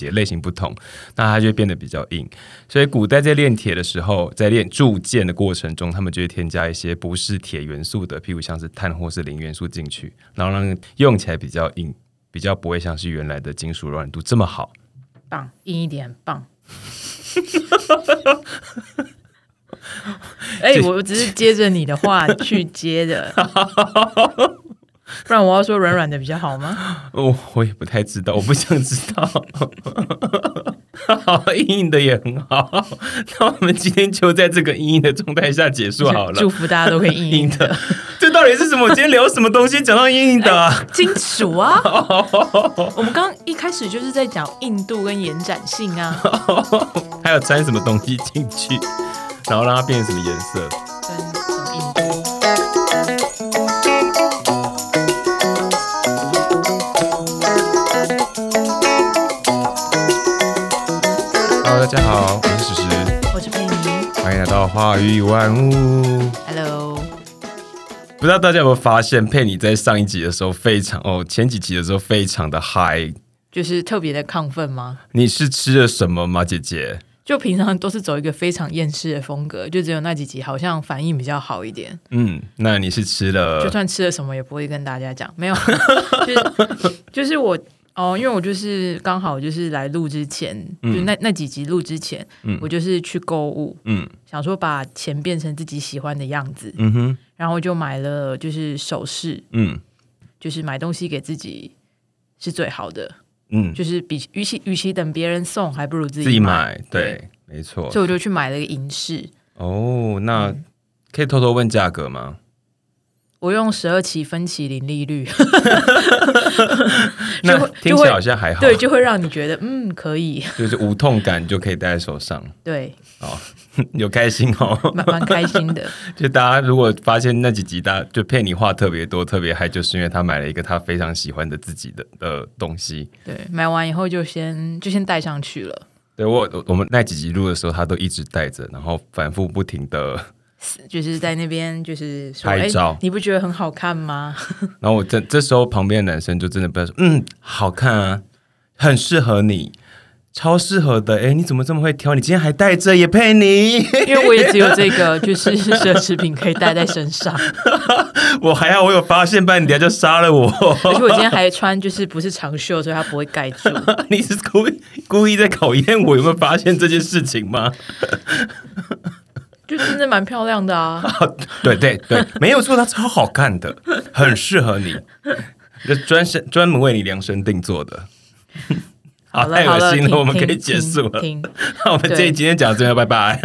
铁类型不同，那它就会变得比较硬。所以古代在炼铁的时候，在炼铸剑的过程中，他们就会添加一些不是铁元素的，譬如像是碳或是磷元素进去，然后让用起来比较硬，比较不会像是原来的金属柔软度这么好。棒，硬一点， 棒。哎、我只是接着你的话去接 的，不然我要说软软的比较好吗？哦，我也不太知道，我不想知道。 好，硬硬的也很好。那我们今天就在这个硬硬的状态下结束好祝了。福大家都可以啊硬硬硬的的，这到底是什么？我今天聊什么东西？讲到硬硬的啊、金属 啊。我们刚刚一开始就是在讲硬度跟延展性啊，还有掺什么东西进去， 然后让它变成什么颜色。跟什么硬度。 Hello，大家好，我是石石，我是佩妮欢迎来到话语万物。 ，Hello，不知道大家有没有发现，佩妮在上一集的时候非常哦，前几集的时候非常的嗨。就是特别的亢奋吗？你是吃了什么吗，姐姐？就平常都是走一个非常厌世的风格，就只有那几集好像反应比较好一点。嗯，那你是吃就了算吃了什么也不会跟大家讲，没有， 就是就是我哦，因为我就是刚好就是来录之前，就那那几集录之前，我就是去购物，嗯想说把钱变成自己喜欢的样子，嗯哼然后我就买了就是首饰，嗯就是买东西给自己是最好的，嗯，就是比与其与其等别人送，还不如自自己买，买对，没错所。以我就去买了一个银饰，哦，那可以偷偷问价格吗？我用十二期分期零利率，那就会听起来好像还好， 对，就会让你觉得嗯可以，就是无痛感就可以戴在手上。 对，哦，有开心哦！蛮蛮开心的。就大家如果发现那几集大家就骗你话特别多、特别嗨，就是因为他买了一个他非常喜欢的自己的的东西。对，买完以后就先就先带上去了，对我，我我们那几集录的时候，他都一直带着，然后反复不停的。就是在那边就是说，拍哎、照你不觉得很好看吗？ 然后我这这时候旁边的男生就真的不要说，嗯，好看啊，很适合你，超适合的。哎，你怎么这么会挑？你今天还带着也配你？ 因为我也只有这个就是奢侈品可以带在身上，哦我还好，我有发现，不然你等下就杀了我。 而且我今天还穿就是不是长袖，所以它不会盖住。你是故意故意在考验我有没有发现这件事情吗？就真的蛮漂亮的啊！ 对对对，没有错，它超好看的，很适合你，就专身专门为你量身定做的。好，了啊 太好恶了，心停了，我们可以停结束了。停，停 那我们这一集今天讲到这边，拜拜。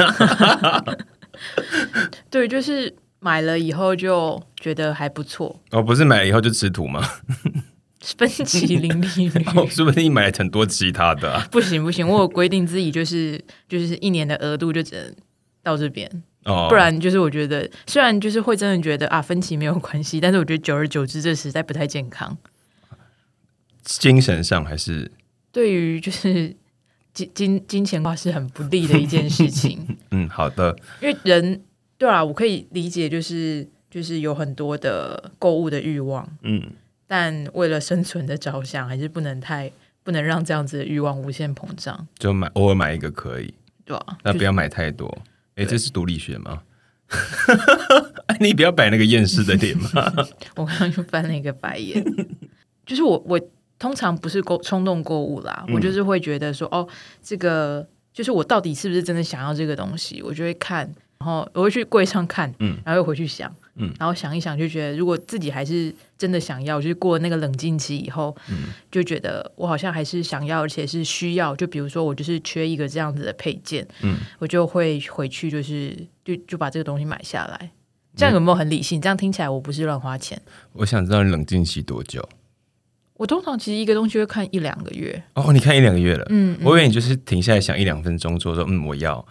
对，就是买了以后就觉得还不错，我哦不是买了以后就吃土吗？ 分期零利率。我说不定你买了很多其他的啊、不行不行，我有规定自己就是就是一年的额度就只能到这边，哦，不然就是我觉得，虽然就是会真的觉得啊分歧没有关系，但是我觉得久而久之这实在不太健康。精神上还是对于就是金 金金钱化是很不利的一件 事情，嗯好的，因为人对啊，我可以理解，就是就是有很多的购物的欲望，嗯但为了生存的着想，还是不能太不能让这样子的欲望无限膨胀，就买偶尔买一个可以，对吧、那不要买太多。哎，这是独立学吗？ 哎你不要摆那个厌世的脸嘛。我刚刚又翻了一个白眼， 就是我我通常不是购冲动购物啦，我嗯就是会觉得说，哦，这个就是我到底是不是真的想要这个东西，我就会看，然后我会去柜上看，嗯然后又回去想，嗯然后想一想就觉得，如果自己还是真的想要，就是过了那个冷静期以后，嗯就觉得我好像还是想要，而且是需要，就比如说我就是缺一个这样子的配件，嗯我就会回去就是就就把这个东西买下嗯来。这样有没有很理性？这样听起来我不是乱花钱。 我想知道你冷静期多久？我通常其实一个东西会看一两个月，哦，你看一两个月了，嗯，我以为你就是停下来想一两分钟，说说嗯我要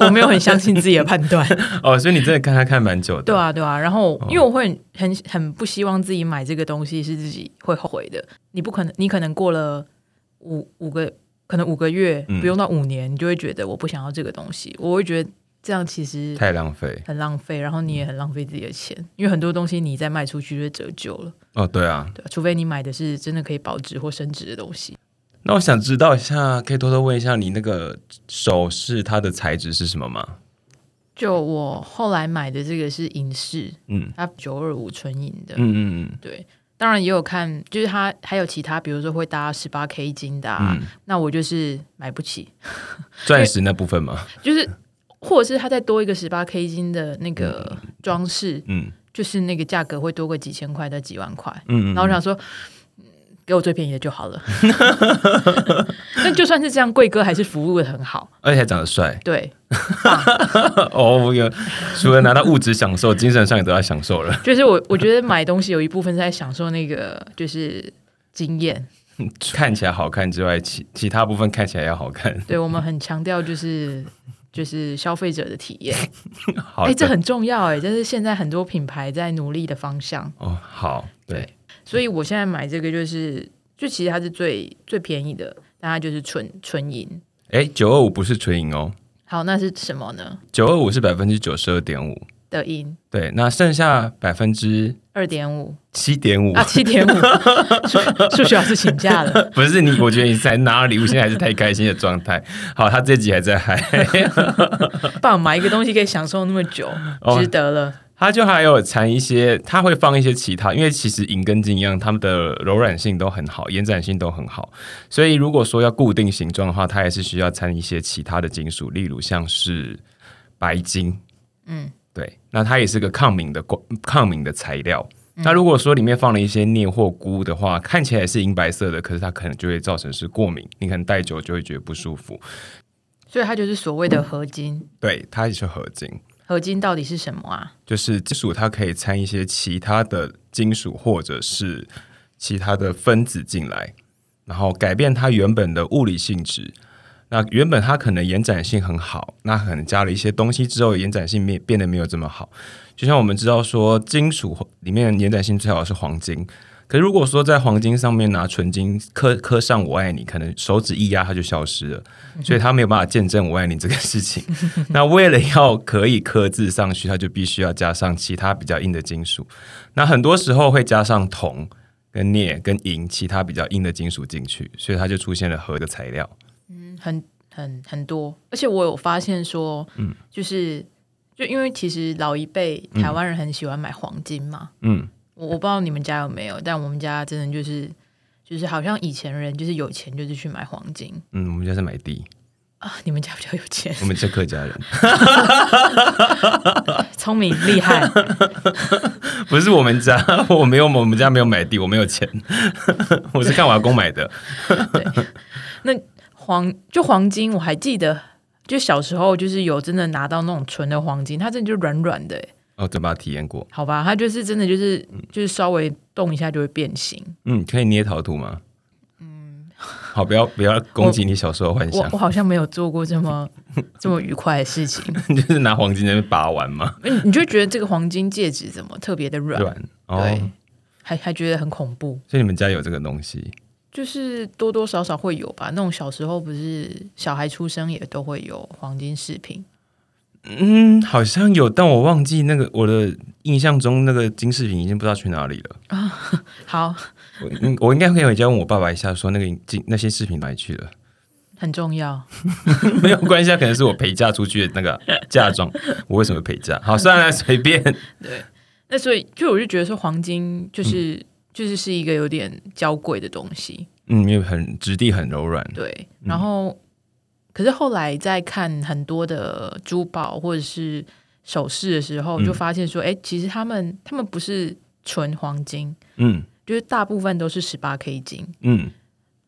我没有很相信自己的判 断，哦，所以你真的看他看蛮久的，对啊，对啊。然后哦因为我会很很很不希望自己买这个东西是自己会后悔的，你不可能，你可能过了五五个，可能五个月，嗯不用到五年，你就会觉得我不想要这个东西，我会觉得这样其实太浪费很浪费，然后你也很浪费自己的钱，因为很多东西你再卖出去就会折旧了，哦，对啊，对啊、除非你买的是真的可以保值或升值的东西。那我想知道一下，可以偷偷问一下，你那个首饰它的材质是什么吗？就我后来买的这个是银饰，嗯它九二五纯银的，嗯嗯对。当然也有看，就是它还有其他，比如说会搭十八 K 金的、啊，嗯，嗯那我就是买不起，钻石那部分吗？就是或者是它再多一个十八 K 金的那个装饰，嗯就是那个价格会多个几千块到几万块。嗯，嗯然后我想说，嗯给我最便宜的就好了。 那就算是这样，贵哥还是服务的很好，而且还长得帅 对，哦，有除了拿到物质享受，精神上也得到享受了。就是我我觉得买东西有一部分是在享受那个就是经验。看起来好看之外，其其他部分看起来要好看。对我们很强调就是就是消费者的体验，好哎、的，这很重要哎、这是现在很多品牌在努力的方向。哦好，对，所以我现在买这个就是，就其实它是最最便宜的，但它就是纯纯银。哎，九二五不是纯银哦，好，那是什么呢？九二五是百分之九十二点五，的银对，那剩下百分之二点五七点五啊，七点五，数数学老师请假 了。不是你，我觉得你才拿了礼物，现在还是太开心的状态。好，他这集还在嗨，爸，买一个东西可以享受那么久，哦值得了。他就还有缠一些，他会放一些其他，因为其实银跟金一样，它们的柔软性都很好，延展性都很好，所以如果说要固定形状的话，它还是需要掺一些其他的金属，例如像是白金，嗯，对，那它也是个抗敏的光抗敏的材料。那如果说里面放了一些镍或钴的话，看起来是银白色的，可是它可能就会造成是过敏，你可能戴久就会觉得不舒服。所以它就是所谓的合金。对，它也是合金。合金到底是什么啊？就是金属它可以掺一些其他的金属或者是其他的分子进来，然后改变它原本的物理性质。那原本它可能延展性很好，那可能加了一些东西之后，延展性变变得没有这么好。就像我们知道说，金属里面延展性最好是黄金，可是如果说在黄金上面拿纯金刻刻上“我爱你”，可能手指一压它就消失了，所以它没有办法见证“我爱你”这个事情。那为了要可以刻字上去，它就必须要加上其他比较硬的金属。那很多时候会加上铜、跟镍、跟银其他比较硬的金属进去，所以它就出现了核的材料。嗯很很很多，而且我有发现说，嗯，就是就因为其实老一辈台湾人很喜欢买黄金嘛，嗯，我我不知道你们家有没有，但我们家真的就是就是好像以前人就是有钱就是去买黄金嗯，我们家是买地，啊，你们家比较有钱， 我们是客家人， 聪明厉害，不是我们家，我没有，我们家没有买地，我没有钱， 我是看我阿公买的。黄就黄金，我还记得。就小时候就是有真的拿到那种纯的黄金，它真的就软软的、欸哦，对吧？体验过，好吧，它就是真的就是就是稍微动一下就会变形。嗯，可以捏陶土吗？嗯，好，不要不要攻击你小时候的幻我想，我好像没有做过这么这么愉快的事情， 就是拿黄金在那边把玩嘛，你你就觉得这个黄金戒指怎么特别的软，软哦，对，还还觉得很恐怖，所以你们家有这个东西，就是多多少少会有吧。那种小时候不是小孩出生也都会有黄金饰品，嗯，好像有，但我忘记那个我的印象中那个金饰品已经不知道去哪里了。好，我应我应该可以回家问我爸爸一下，说那个金那些饰品哪里去了？很重要。没有关系啊，可能是我陪嫁出去的那个 嫁妆。我为什么陪嫁？好，算了，随便。那所以就我就觉得说黄金就是、就是是一个有点娇贵的东西，嗯，因为很质地很柔软。对，然后、可是后来在看很多的珠宝或者是首饰的时候，嗯就发现说，哎、其实他们他们不是纯黄金，嗯就是大部分都是十八 K 金。嗯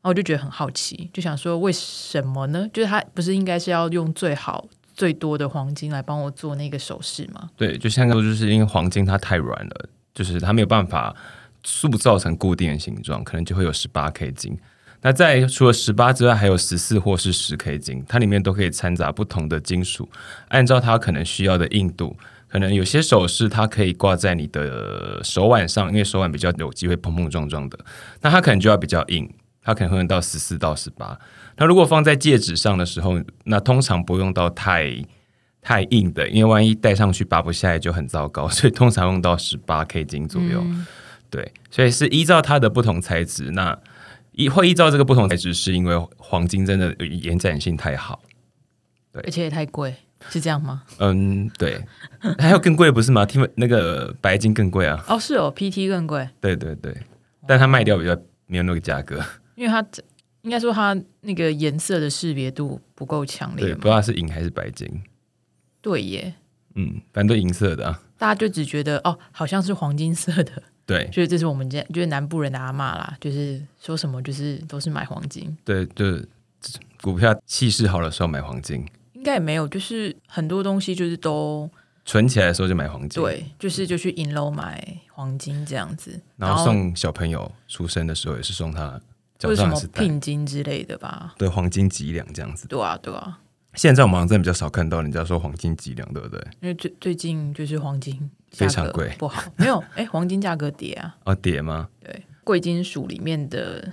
然后我就觉得很好奇，就想说为什么呢？就是它不是应该是要用最好最多的黄金来帮我做那个首饰吗？对，就像刚说，就是因为黄金它太软了，就是它没有办法塑造成固定的形状，可能就会有十八 K 金。那在除了十八之外，还有十四或是十 K 金，它里面都可以掺杂不同的金属，按照它可能需要的硬度。可能有些首饰它可以挂在你的手腕上，因为手腕比较有机会碰碰撞撞的，那它可能就要比较硬，它可能会用到十四到十八。那如果放在戒指上的时候，那通常不用到太太硬的，因为万一戴上去拔不下来就很糟糕， 所以通常用到十八 K 金左右。对，所以是依照它的不同材质，那依会依照这个不同材质，是因为黄金真的延展性太好。对而且也太贵，是这样吗？嗯，对，还有更贵的不是吗？听闻那个白金更贵啊，哦，是哦，PT 更贵，对对对，但它卖掉比较没有那个价格，因为它应该说它那个颜色的识别度不够强对，烈不嘛。知道它是银还是白金，对耶，嗯，反正都银色的、啊，大家就只觉得哦，好像是黄金色的， 对就是这是我们家就是南部人的阿嬷啦，就是说什么就是都是买黄金，对，就是股票气势好的时候买黄金，应该也没有，就是很多东西就是都存起来的时候就买黄金，，对，就是就去银楼买黄金这样子，然后送小朋友出生的时候也是送他或脚者什上么也是戴聘金之类的吧，对黄金脊梁这样子。对啊对啊，现在我们好像真的比较少看到人家说黄金脊梁，对不对？因为最最近就是黄金非价常格贵不好，没有哎、黄金价格跌啊，哦，叠吗？对，贵金属里面的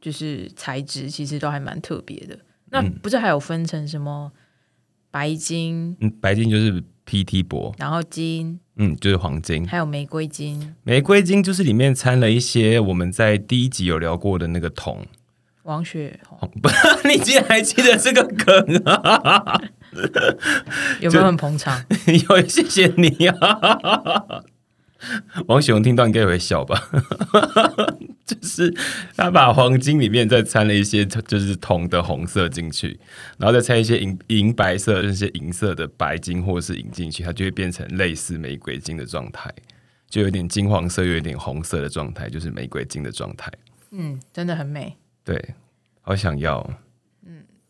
就是材质其实都还蛮特别的。那嗯不是还有分成什么白金，嗯，白金就是 PT 箔，然后金，嗯，就是黄金。还有玫瑰金、玫瑰金就是里面掺了一些我们在第一集有聊过的那个铜。 王雪红，铜不，你竟然还记得这个梗啊？有没有很捧场？ 有，谢谢你啊！ 王雪红听到应该也会笑吧？ 就是他把黄金里面再掺了一些就是铜的红色进去，然后再掺一些银银白色那些银色的白金或是银进去，它就会变成类似玫瑰金的状态，就有点金黄色，又有点红色的状态，就是玫瑰金的状态。嗯，真的很美，对，好想要哦，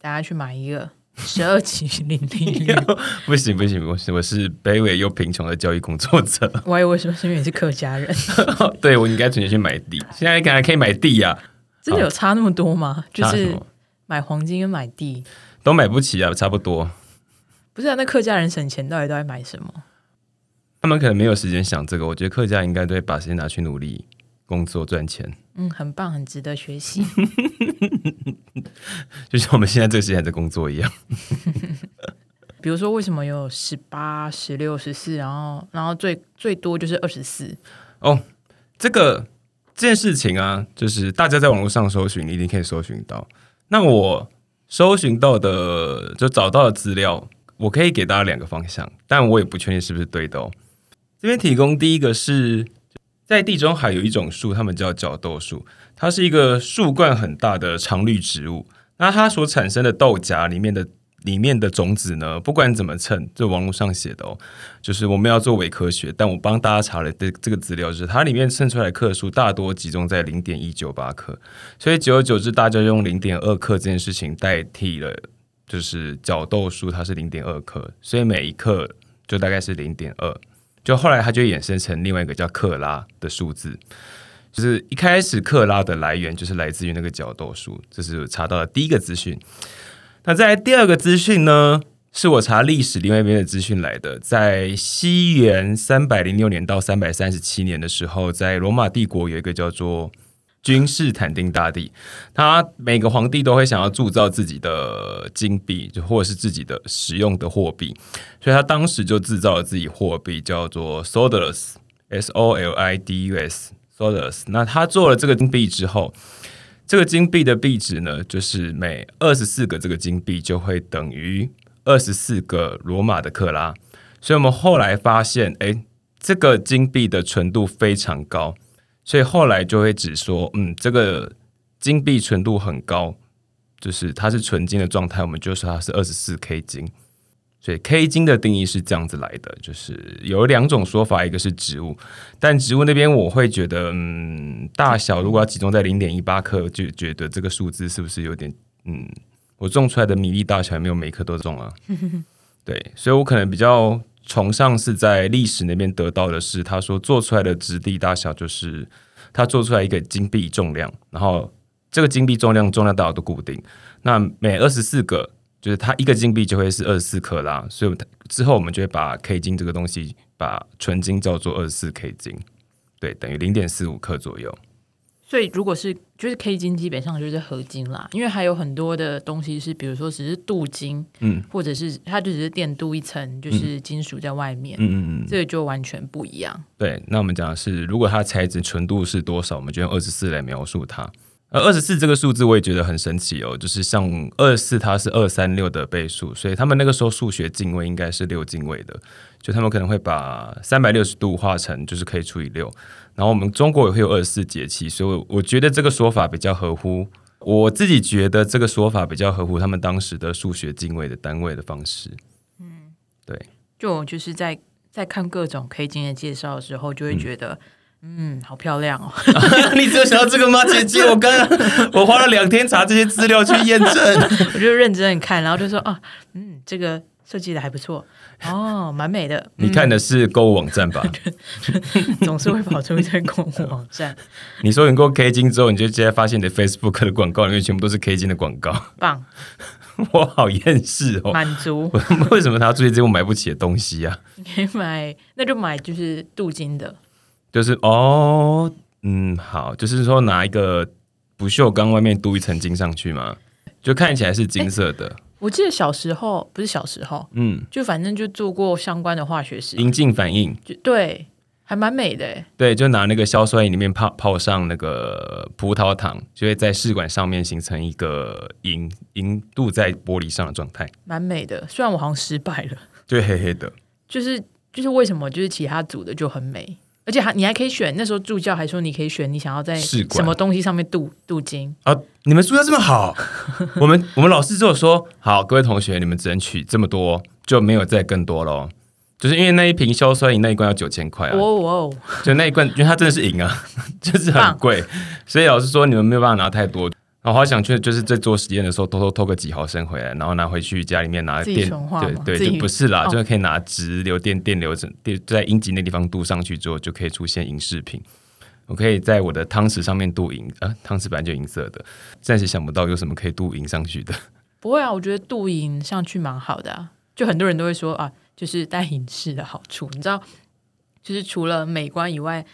大家去买一个十二期零利 率。不行不行不行，我是卑微又贫穷的教育工作者。我还以为什么是因为你是客 家人，哦对我应该存钱去买地，现在可能可以买地呀、啊，真的有差那么多吗？就差什是么买黄金跟买地，都买不起啊，差不多。不是啊？那客家人省钱到底都在买什么？他们可能没有时间想这个，我觉得客家应该都会把时间拿去努力工作赚钱，嗯，很棒，很值得学习。就像我们现在这个时间还在工作一样。比如说，为什么有十八、十六、十四，然后然后最最多就是二十四？这个这件事情啊，就是大家在网络上搜寻，你一定可以搜寻到。那我搜寻到的，就找到的资料，我可以给大家两个方向，但我也不确定是不是对的哦。这边提供第一个是在地中海有一种树，它们叫角豆树，它是一个树冠很大的常绿植物。那它所产生的豆荚里面的里面的种子呢，不管怎么称，这网络上写的哦，就是我们要做伪科学，但我帮大家查了这这个资料，就是它里面称出来的克数大多集中在零点一九八克，所以久而久之，大家用零点二克这件事情代替了，就是角豆数它是零点二克，所以每一克就大概是零点二，就后来它就衍生成另外一个叫克拉的数字。就是一开始克拉的来源就是来自于那个角豆数，这是我查到的第一个资讯。那再来第二个资讯呢，是我查历史另外一边的资讯来的，在西元三百零六年到三百三十七年的时候，在罗马帝国有一个叫做君士坦丁大帝，他每个皇帝都会想要铸造自己的金币，就或者是自己的使用的货币，所以他当时就制造了自己货币，叫做 solidus s o l i d u s solidus。那他做了这个金币之后，这个金币的币值呢，就是每二十四个这个金币就会等于二十四个罗马的克拉。所以我们后来发现，哎，这个金币的纯度非常高，所以后来就会只说，嗯，这个金币纯度很高，就是它是纯金的状态，我们就说它是二十四 K 金。所以 K 金的定义是这样子来的，就是有两种说法，一个是植物，但植物那边我会觉得，嗯，大小如果要集中在零点一八克，就觉得这个数字是不是有点，嗯，我种出来的米粒大小有没有每一颗都中啊？对，所以我可能比较崇尚是在历史那边得到的是，他说做出来的质地大小就是他做出来一个金币重量，然后这个金币重量重量大小都固定，那每二十四个。就是它一个金币就会是二十四克拉，所以我们之后我们就会把 K 金这个东西，把纯金叫做二十四 K 金，对，等于零点四五克左右。所以如果是就是 K 金，基本上就是合金啦，因为还有很多的东西是，比如说只是镀金，嗯，或者是它就只是电镀一层，就是金属在外面，嗯嗯嗯，这个就完全不一样。对。那我们讲的是，如果它材质纯度是多少，我们就用二十四来描述它。呃，二十四这个数字我也觉得很神奇哦，就是像二十四它是二三六的倍数，所以他们那个时候数学进位应该是六进位的，就他们可能会把三百六十度化成就是可以除以六。然后我们中国也会有二十四节气，所以我我觉得这个说法比较合乎，我自己觉得这个说法比较合乎他们当时的数学进位的单位的方式。就我就是在在看各种 K 金的介绍的时候，就会觉得，嗯好漂亮哦。你只有想到这个吗，姐姐？我刚 刚我花了两天查这些资料去验证。我就认真地看，然后就说，啊，嗯，这个设计的还不错，哦，蛮美的。 你看的是购物网站 吧？总是会跑出一堆购物网站，你搜寻过 K 金之后，你就直接发现你的 Facebook 的广告里面全部都是 K 金的广告， 棒，我好厌世哦！满足。我 为什么他注意这些我买不起的东西啊？你可以买，那就买就是镀金的，就是哦，嗯，好，就是说拿一个不锈钢外面镀一层金上去嘛，就看起来是金色的。我记得小时候不是小时候，嗯，就反正就做过相关的化学实验，银镜反应，就对，还蛮美的欸。对，就拿那个硝酸银里面泡泡上那个葡萄糖，就会在试管上面形成一个银银镀在玻璃上的状态，蛮美的。虽然我好像失败了，就会黑黑的。就是就是为什么就是其他组的就很美，而且还你还可以选，那时候助教还说你可以选你想要在试管什么东西上面镀镀金，啊！你们助教这么好，我们我们老师只有说好，各位同学，你们只能取这么多，就没有再更多喽。就是因为那一瓶硝酸银那一罐要九千块啊哇，哦哦，就那一罐，因为它真的是银 啊，就是很棒贵，所以老师说你们没有办法拿太多。然后我好想去，就是在做实验的时候偷偷偷个几毫升回来，然后拿回去家里面拿自己电纯化，吗对对，自己就不是啦，哦就是可以拿直流电电流整电在阴茎那地方镀上去之后，就可以出现银饰品。我可以在我的汤匙上面镀银啊，汤匙本来就银色的，暂时想不到有什么可以镀银上去的。 不会啊，我觉得镀银上去蛮好的、啊，就很多人都会说啊，就是戴隐饰的好处，你知道，就是除了美观以外，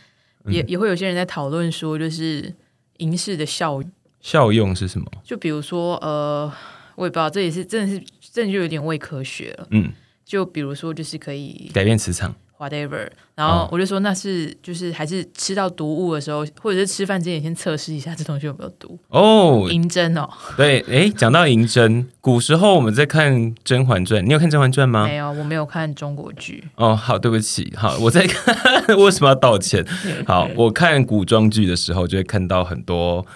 也也会有些人在讨论说，就是银饰的效用。效用是什么？就比如说，呃，我也不知道，这也是真的是真的就有点伪科学了。嗯，就比如说，就是可以改变磁场。 whatever，然后哦我就说那是就是还是吃到毒物的时候，或者是吃饭之前先测试一下这东西有没有毒，哦，银针哦，对，诶，讲到银针，古时候我们在看《甄嬛传》，你有看《甄嬛传》吗？没有，我没有看中国剧，哦，好，对不起，好，我在看， 为什么要道歉？好，我看古装剧的时候，就会看到很多，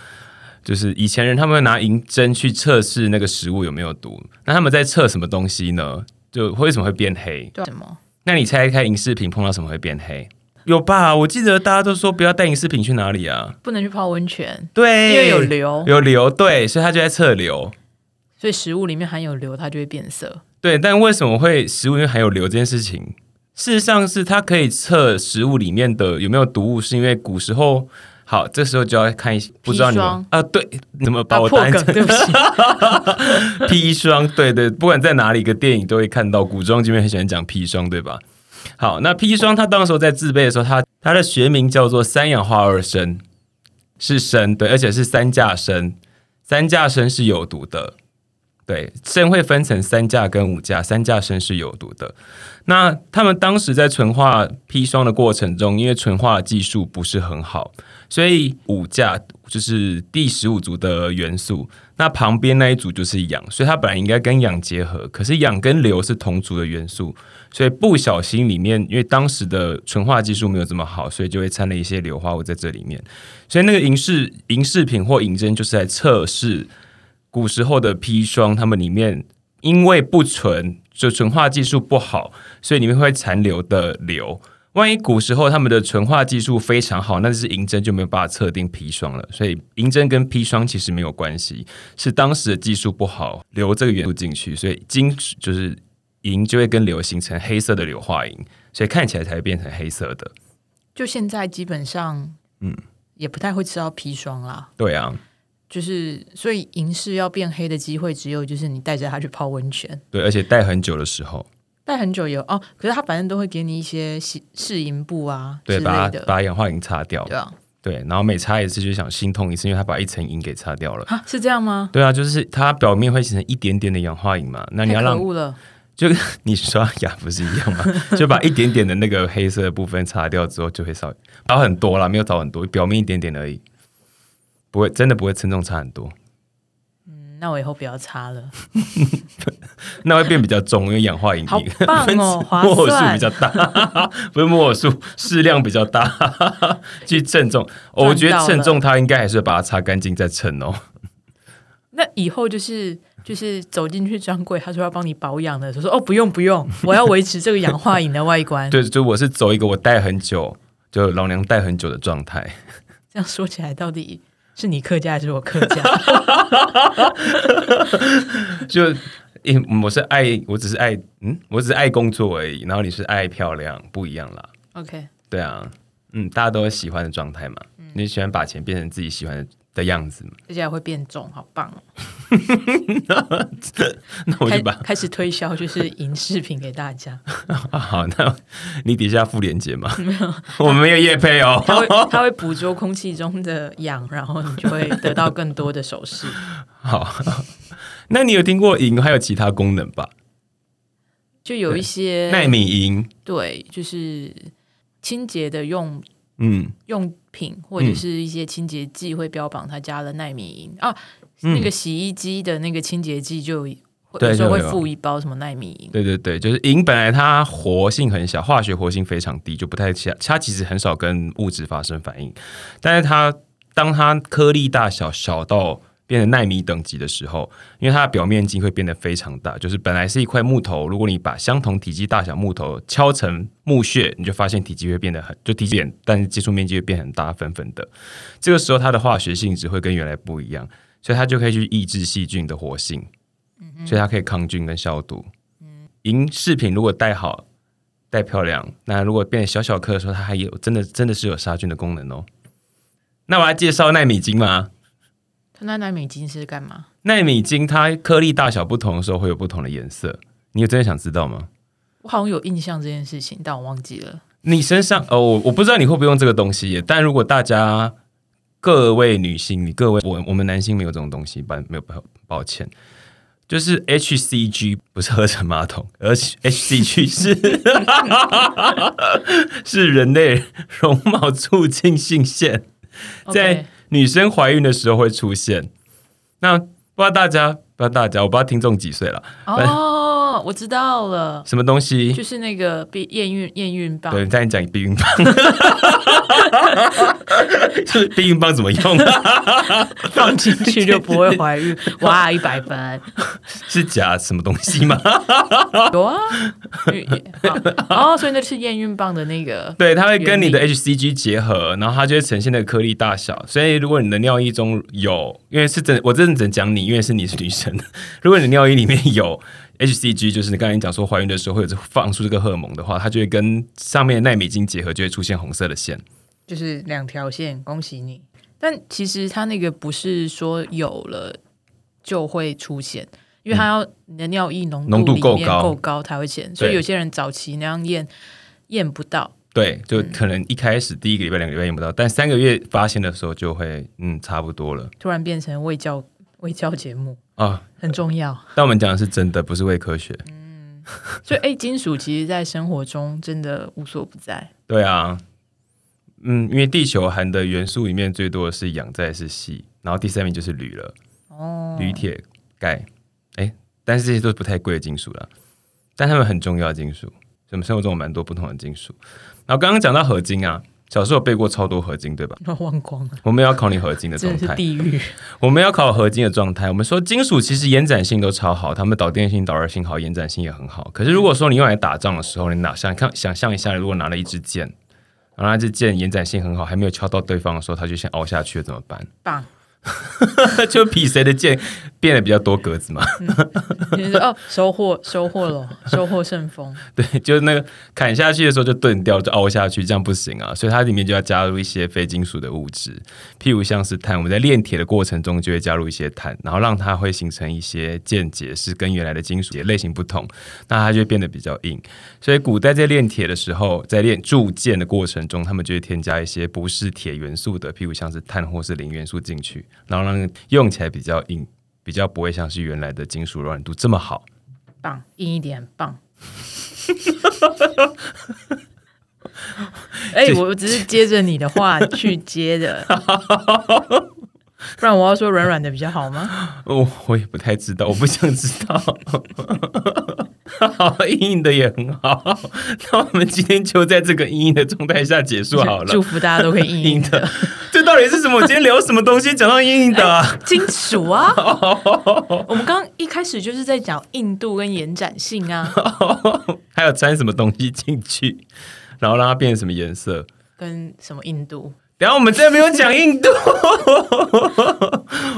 就是以前人他们会拿银针去测试那个食物有没有毒，那他们在测什么东西呢？就为什么会变黑？对啊什么？那你猜猜银饰品碰到什么会变黑？有吧？我记得大家都说不要带银饰品去哪里啊？不能去泡温泉，对，因为有硫，有硫，对，所以他就在测硫。所以食物里面含有硫，它就会变色。对，但为什么会食物里面含有硫这件事情？事实上是它可以测食物里面的有没有毒物，是因为古时候。好，这时候就要看一些，不知道你们砒啊，对，你怎么把啊，我破答案梗，对不 起，砒霜，E 对对，不管在哪里一个电影都会看到，古装剧里面很喜欢讲砒霜，对吧？好，那砒霜它当时候在制备的时候，它它的学名叫做三氧化二砷，是砷，对，而且是三价砷，三价砷是有毒的，对，砷会分成三价跟五价，三价砷是有毒的。那他们当时在纯化砒霜的过程中，因为纯化技术不是很好，所以五价就是第十五组的元素，那旁边那一组就是氧，所以它本来应该跟氧结合，可是氧跟硫是同组的元素，所以不小心里面，因为当时的纯化技术没有这么好，所以就会掺了一些硫化物在这里面，所以那个银饰银饰品或银针就是来测试古时候的砒霜，它们里面因为不纯，就纯化技术不好，所以里面会残留的硫。万一古时候他们的纯化技术非常好，那就是银针就没有办法测定砒霜了。所以银针跟砒霜其实没有关系，是当时的技术不好，硫这个元素进去，所以金就是银就会跟硫形成黑色的硫化银，所以看起来才会变成黑色的。就现在基本上，嗯，也不太会吃到砒霜啦。对啊，就是，所以银饰要变黑的机会只有就是你带着它去泡温泉，对，而且戴很久的时候，戴很久有哦，可是它反正都会给你一些洗试银布啊之对，类把它的，把氧化银擦掉对，啊吧？对，然后每擦一次就想心痛一次，因为它把一层银给擦掉了。啊，是这样吗？对啊，就是它表面会形成一点点的氧化银嘛，那你要太可让恶了，就 跟你刷牙不是一样吗？就把一点点的那个黑色的部分擦掉之后，就会少少很多啦，没有少很多，表面一点点而已。不会真的不会称重差很多，嗯那我以后不要 擦了，那会变比较重，因为氧化银好锭。棒哦， 划木偶数算比。较大，不是木偶数适量比较大， 去称重。哦我觉赚得到了称重它应该还是把它擦干净再称哦。那以后就是就是走进去专柜，他说要帮你保养的时候，说哦不用不用，我要维持这个氧化银的外观。对，就我是走一个我戴很久，就老娘戴很久的状态。 这样说起来，到底是你客家还是我客家？ 就因为我是爱，我只是爱，嗯，我只是爱工作而已。然后你是爱漂亮，不一样啦。 OK，对啊，嗯，大家都有喜欢的状态嘛。你喜欢把钱变成自己喜欢的样子嘛？而且还会变重，好棒哦！那我开就把 开始推销就是银饰品给大家，好，那你底下附链接嘛？我们没有叶配哦。它会它会捕捉空气中的氧，然后你就会得到更多的首饰。好， 那你有听过银还有其他功能吧？就有一些纳米银，对，就是清洁的用嗯，用品或者嗯是一些清洁剂会标榜它加了纳米银啊，嗯那个洗衣机的那个清洁剂就有会对有时候就会有附一包什么纳米银，对对对，就是银本来它活性很小，化学活性非常低，就不太其它其实很少跟物质发生反应，但是它当它颗粒大小小到变成纳米等级的时候，因为它的表面积会变得非常大，就是本来是一块木头，如果你把相同体积大小木头敲成木屑，你就发现体积会变得很就体积变，但是接触面积会变很大，粉粉的。这个时候它的化学性质会跟原来不一样，所以它就可以去抑制细菌的活性，所以它可以抗菌跟消毒。银饰品如果戴好、戴漂亮，那如果变得小小颗的时候，它还有真的真的是有杀菌的功能哦。那我要介绍纳米金吗？它那纳米金是干嘛？纳米金它颗粒大小不同的时候会有不同的颜色，你有真的想知道吗？我好像有印象这件事情，但我忘记了。你身上哦，我我不知道你会不会用这个东西耶，但如果大家各位女性，你各位我我们男性没有这种东西，抱没有抱抱歉，就是 HCG 不是合成马桶， 而且 HCG 是 是人类容貌促进性腺，在 OK，女生怀孕的时候会出现。那不知道大家不知道大家，我不知道听众几岁了， 哦，我知道了，什么东西？就是那个避验孕验孕棒，对，你再讲避孕棒， 就是避孕棒怎么用、啊？ 放进去就不会 怀孕。哇，一百分，是假什么东西吗？ 有啊。孕 好哦，所以那是验孕棒的那个。对，它会跟你的 HCG 结合，然后它就会呈现那个颗粒大小。所以如果你的尿液中有，因为是真，我真的只能讲你，因为是你是女生。 如果你的尿液里面有 HCG，就是你刚才讲说怀孕的时候会有这放出这个荷尔蒙的话，它就会跟上面的纳米晶结合，就会出现红色的线。就是两条线，恭喜你。但其实它那个不是说有了就会出现，因为它要你的尿液浓浓度里够面高够高才会显，所以对有些人早期那样验验不到。对，就可能一开始第一个礼拜、两个礼拜用不到，但三个月发现的时候就会，嗯，差不多了突然变成卫教卫教节目，啊。很重要。但我们讲的是真的，不是伪科学。所以，哎，金属其实在生活中真的无所 不在。对啊，嗯，因为地球含的元素里面最多的是氧，再来是硒，然后第三名就是铝了，哦，铝、铁、钙，哎，但是这些都是不太贵的金属啦，但它们很重要的金属，所以我们生活中有蛮多不同的金属。然后刚刚讲到合金啊，小时候有背过超多合金，对吧？都忘光了，我们要考你合金的真状的是态。地狱。我们要考合金的状态。我们说金属其实延展性都超好，它们导电性、导热性好，延展性也很好。可是如果说你用来打仗的时候，你拿想看想象一下，如果拿了一支箭，然后那支箭延展性很好，还没有敲到对方的时候，它就先凹下去了， 怎么办？棒！就比谁的箭变得比较多格子嘛？就是说哦，收获收获了，收获顺风。对， 就是那个砍下去的时候就钝掉，就凹下去，这样不行啊。所以它里面就要加入一些非金属的物质，譬如像是碳。我们在炼铁的过程中就会加入一些碳，然后让它会形成一些键结，是跟原来的金属结类型不同，那它就会变得比较硬。所以古代在炼铁的时候，在炼铸剑的过程中，他们就会添加一些不是铁元素的，譬如像是碳或是磷元素进去，然后让用起来比较硬，比较不会像是原来的金属柔软度这么好。棒，硬一点， 棒。 哎、我只是接着你的话去接的。不然我要说软软的比较好吗？我哦我也不太知道，我不想知道。 好，硬硬的也很好。那我们今天就在这个硬硬的状态下结束好祝了。福大家都可以硬硬硬的的，这到底是什么？我今天聊什么东西？讲到硬硬的啊、金 属啊。我们刚一开始就是在讲硬度跟延展 性啊，还有掺什么东西进去，然后让它变成什么颜色？跟什么硬度。然后我们真的没有讲印度，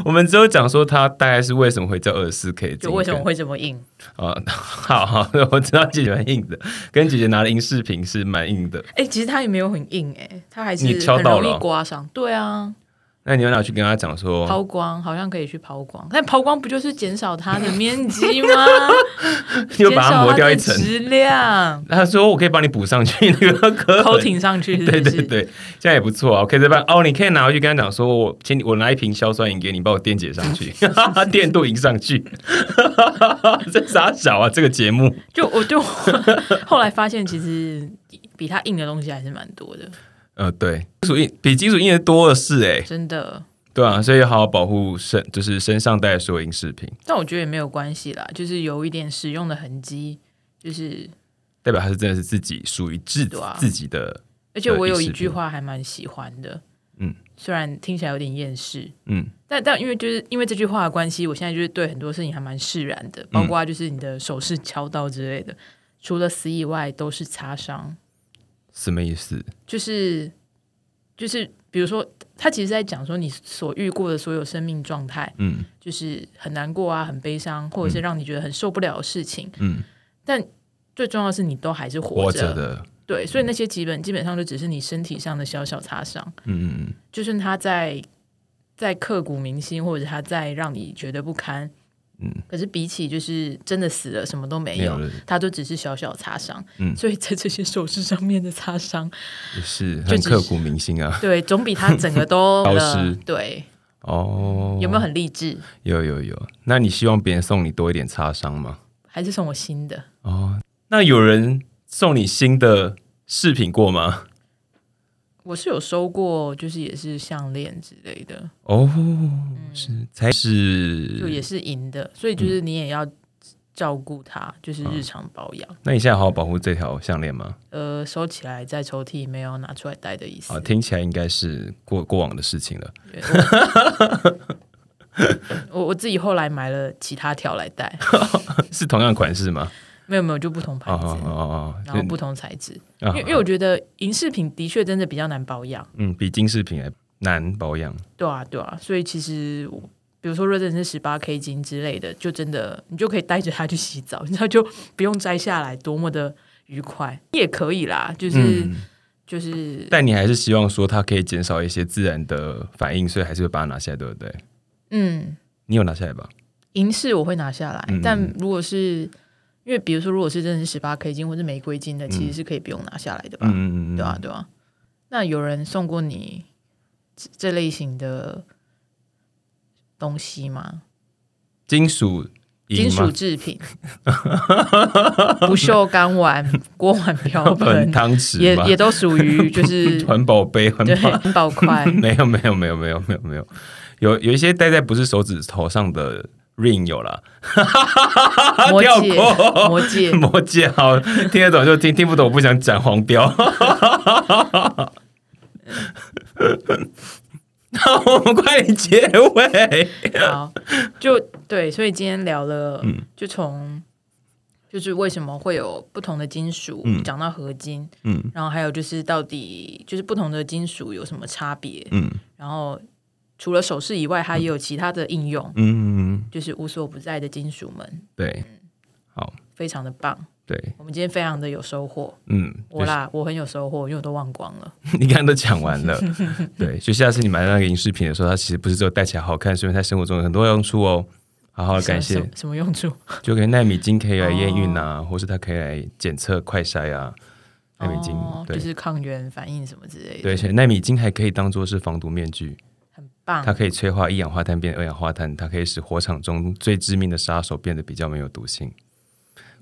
我们只有讲说它大概是为什么会叫二十四 K 金就跟。为什么会这么硬？啊、好好，我知道姐姐蛮硬的，跟姐姐拿的银饰品是蛮硬的。哎、其实它也没有很硬、哎，它还是你敲很到容了易刮伤。对啊，那你要拿去跟她讲说，抛光好像可以去抛光，但抛光不就是减少它的面积吗？ 又把它磨掉一层 减。少它的质量，她说我可以帮你补上去 那个壳。头顶上去是不 对是？对对，这样也不错啊。我可以再帮哦，你可以拿回去跟他讲说，我请你我拿一瓶硝酸饮给你，帮我电解上 去， 电镀银上去。 这傻小啊，这个节目。就我就 后来发现，其实比它硬的东西还是蛮多的，呃，对，金属印比金属印的多的是哎、真的。对啊，所以要好好保护身，就是身上带的所有银饰品，但我觉得也没有关系啦，就是有一点使用的痕迹，就是代表它是真的是自己属于自己、对啊自己的，而且我有对意一识句不话还蛮喜欢的，嗯，虽然听起来有点厌世，嗯，但但因为就是因为这句话的关系，我现在就是对很多事情还蛮释然的，嗯包括就是你的手势敲到之类的，除了死以外都是擦伤，什么意思？就是就是比如说，他其实在讲说你所遇过的所有生命状态，嗯就是很难过啊，很悲伤，或者是让你觉得很受不了的事情，嗯，但最重要的是你都还是活活着的，嗯对，所以那些基本基本上就只是你身体上的小小擦伤，嗯嗯嗯，就算它在在刻骨铭心，或者它在让你觉得不堪，嗯，可是比起就是真的死了什么都没没有有了，它就只是小小擦伤，嗯所以在这些手势上面的擦伤，也是就很只是刻骨铭心 啊。对，总比它整 个都消了失对，哦，有没有很励志？有有有？那你希望别人送你多一点擦伤吗？还是送我新的？哦，那有人送你新的饰品过吗？我是有收过，就是也是项链之类的，哦，是才是就也是银的，所以就是你也要照顾它，就是日常保养。那你现在好好保护这条项链吗？呃，收起来在抽屉，没有拿出来戴的意思。啊，听起来应该是过过往的事情了。 我我自己后来买了其他条来 戴，是同样款式吗？没有没有，就不同牌哦子，哦哦哦，然后不同材质。啊因为因为我觉得银饰品的确真的比较难保养，嗯，比金饰品还难保养。对啊对啊，所以其实我比如说若真是十八 K 金之类的，就真的你就可以带着它去洗澡，你知道就不用摘下来，多么的愉快也可以啦，就是、嗯，就是但你还是希望说它可以减少一些自然的反应，所以还是会把它拿下来，对不对？嗯，你有拿下来吧？银饰我会拿下来，嗯但如果是因为比如说如果是真的是十八 K 金或是玫瑰金的，其实是可以不用拿下来的吧？嗯嗯嗯嗯，对啊，。对啊。那有人送过你这这类型的东西吗？金属金银属吗？制品、不锈钢碗、锅碗瓢 很盆，汤匙也吗也都属于就是 环保杯，环对保。。环保筷 没有没有没有没有没有没有，有有一些戴在不是手指头上的 ring 有啦，魔跳戒、 过魔 戒魔戒好听得懂就听，听不懂我不想讲黄 标。那我们快点结尾。好，就对，所以今天聊了，嗯就从就是为什么会有不同的金属，嗯讲到合金，嗯然后还有就是到底就是不同的金属有什么差别，嗯然后除了首饰以外，它也有其他的应用，嗯，就是无所不在的金属们，对非常的棒。对，我们今天非常的有收获，嗯，我啦，我很有收获，因为我都忘光了。 你刚刚都讲完了。对，就下次你买那个银饰品的时候，它其实不是只有戴起来好看，所以它生活中有很多用处哦。好好地感什么谢，什么用处？就可以纳米金可以来验孕啊，哦或是它可以来检测快筛啊，纳米金哦，对就是抗原反应什么之类的，对，而且纳米金还可以当做是防毒面具。很棒它。可以催化一氧化碳变二氧化碳，它可以使火场中最致命的杀手变得比较没有毒性。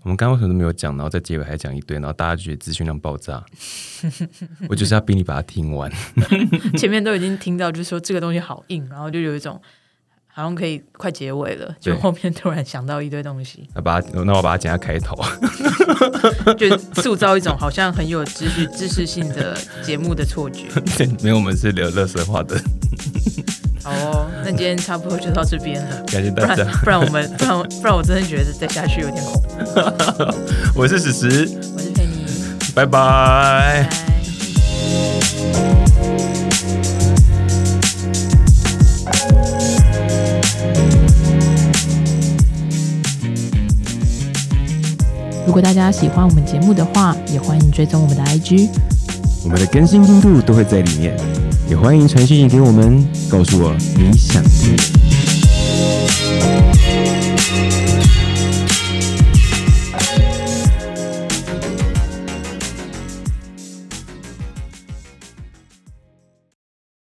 我们刚刚为什么都没有讲，然后在结尾还讲一堆，然后大家就觉得资讯量爆 炸。我就是要逼你把它听完。 前面都已经听到，就是说这个东西好硬，然后就有一种好像可以快结尾了，对就后面突然想到一堆东西， 那把它，那我把它剪在开头。就塑造一种好像很有知识知识性的节目的 错觉。对没有，我们是聊乐色话 的，好哦，那今天差不多就到这边 了，感谢不大然家。不然我们不然不然我真的觉得再下去有点恐怖。我是史实，我是佩妮，拜拜拜。拜。如果大家喜欢我们节目的话，也欢迎追踪我们的 IG。我们的更新进度都会在里面，也欢迎传讯息给我们，告诉我你想听。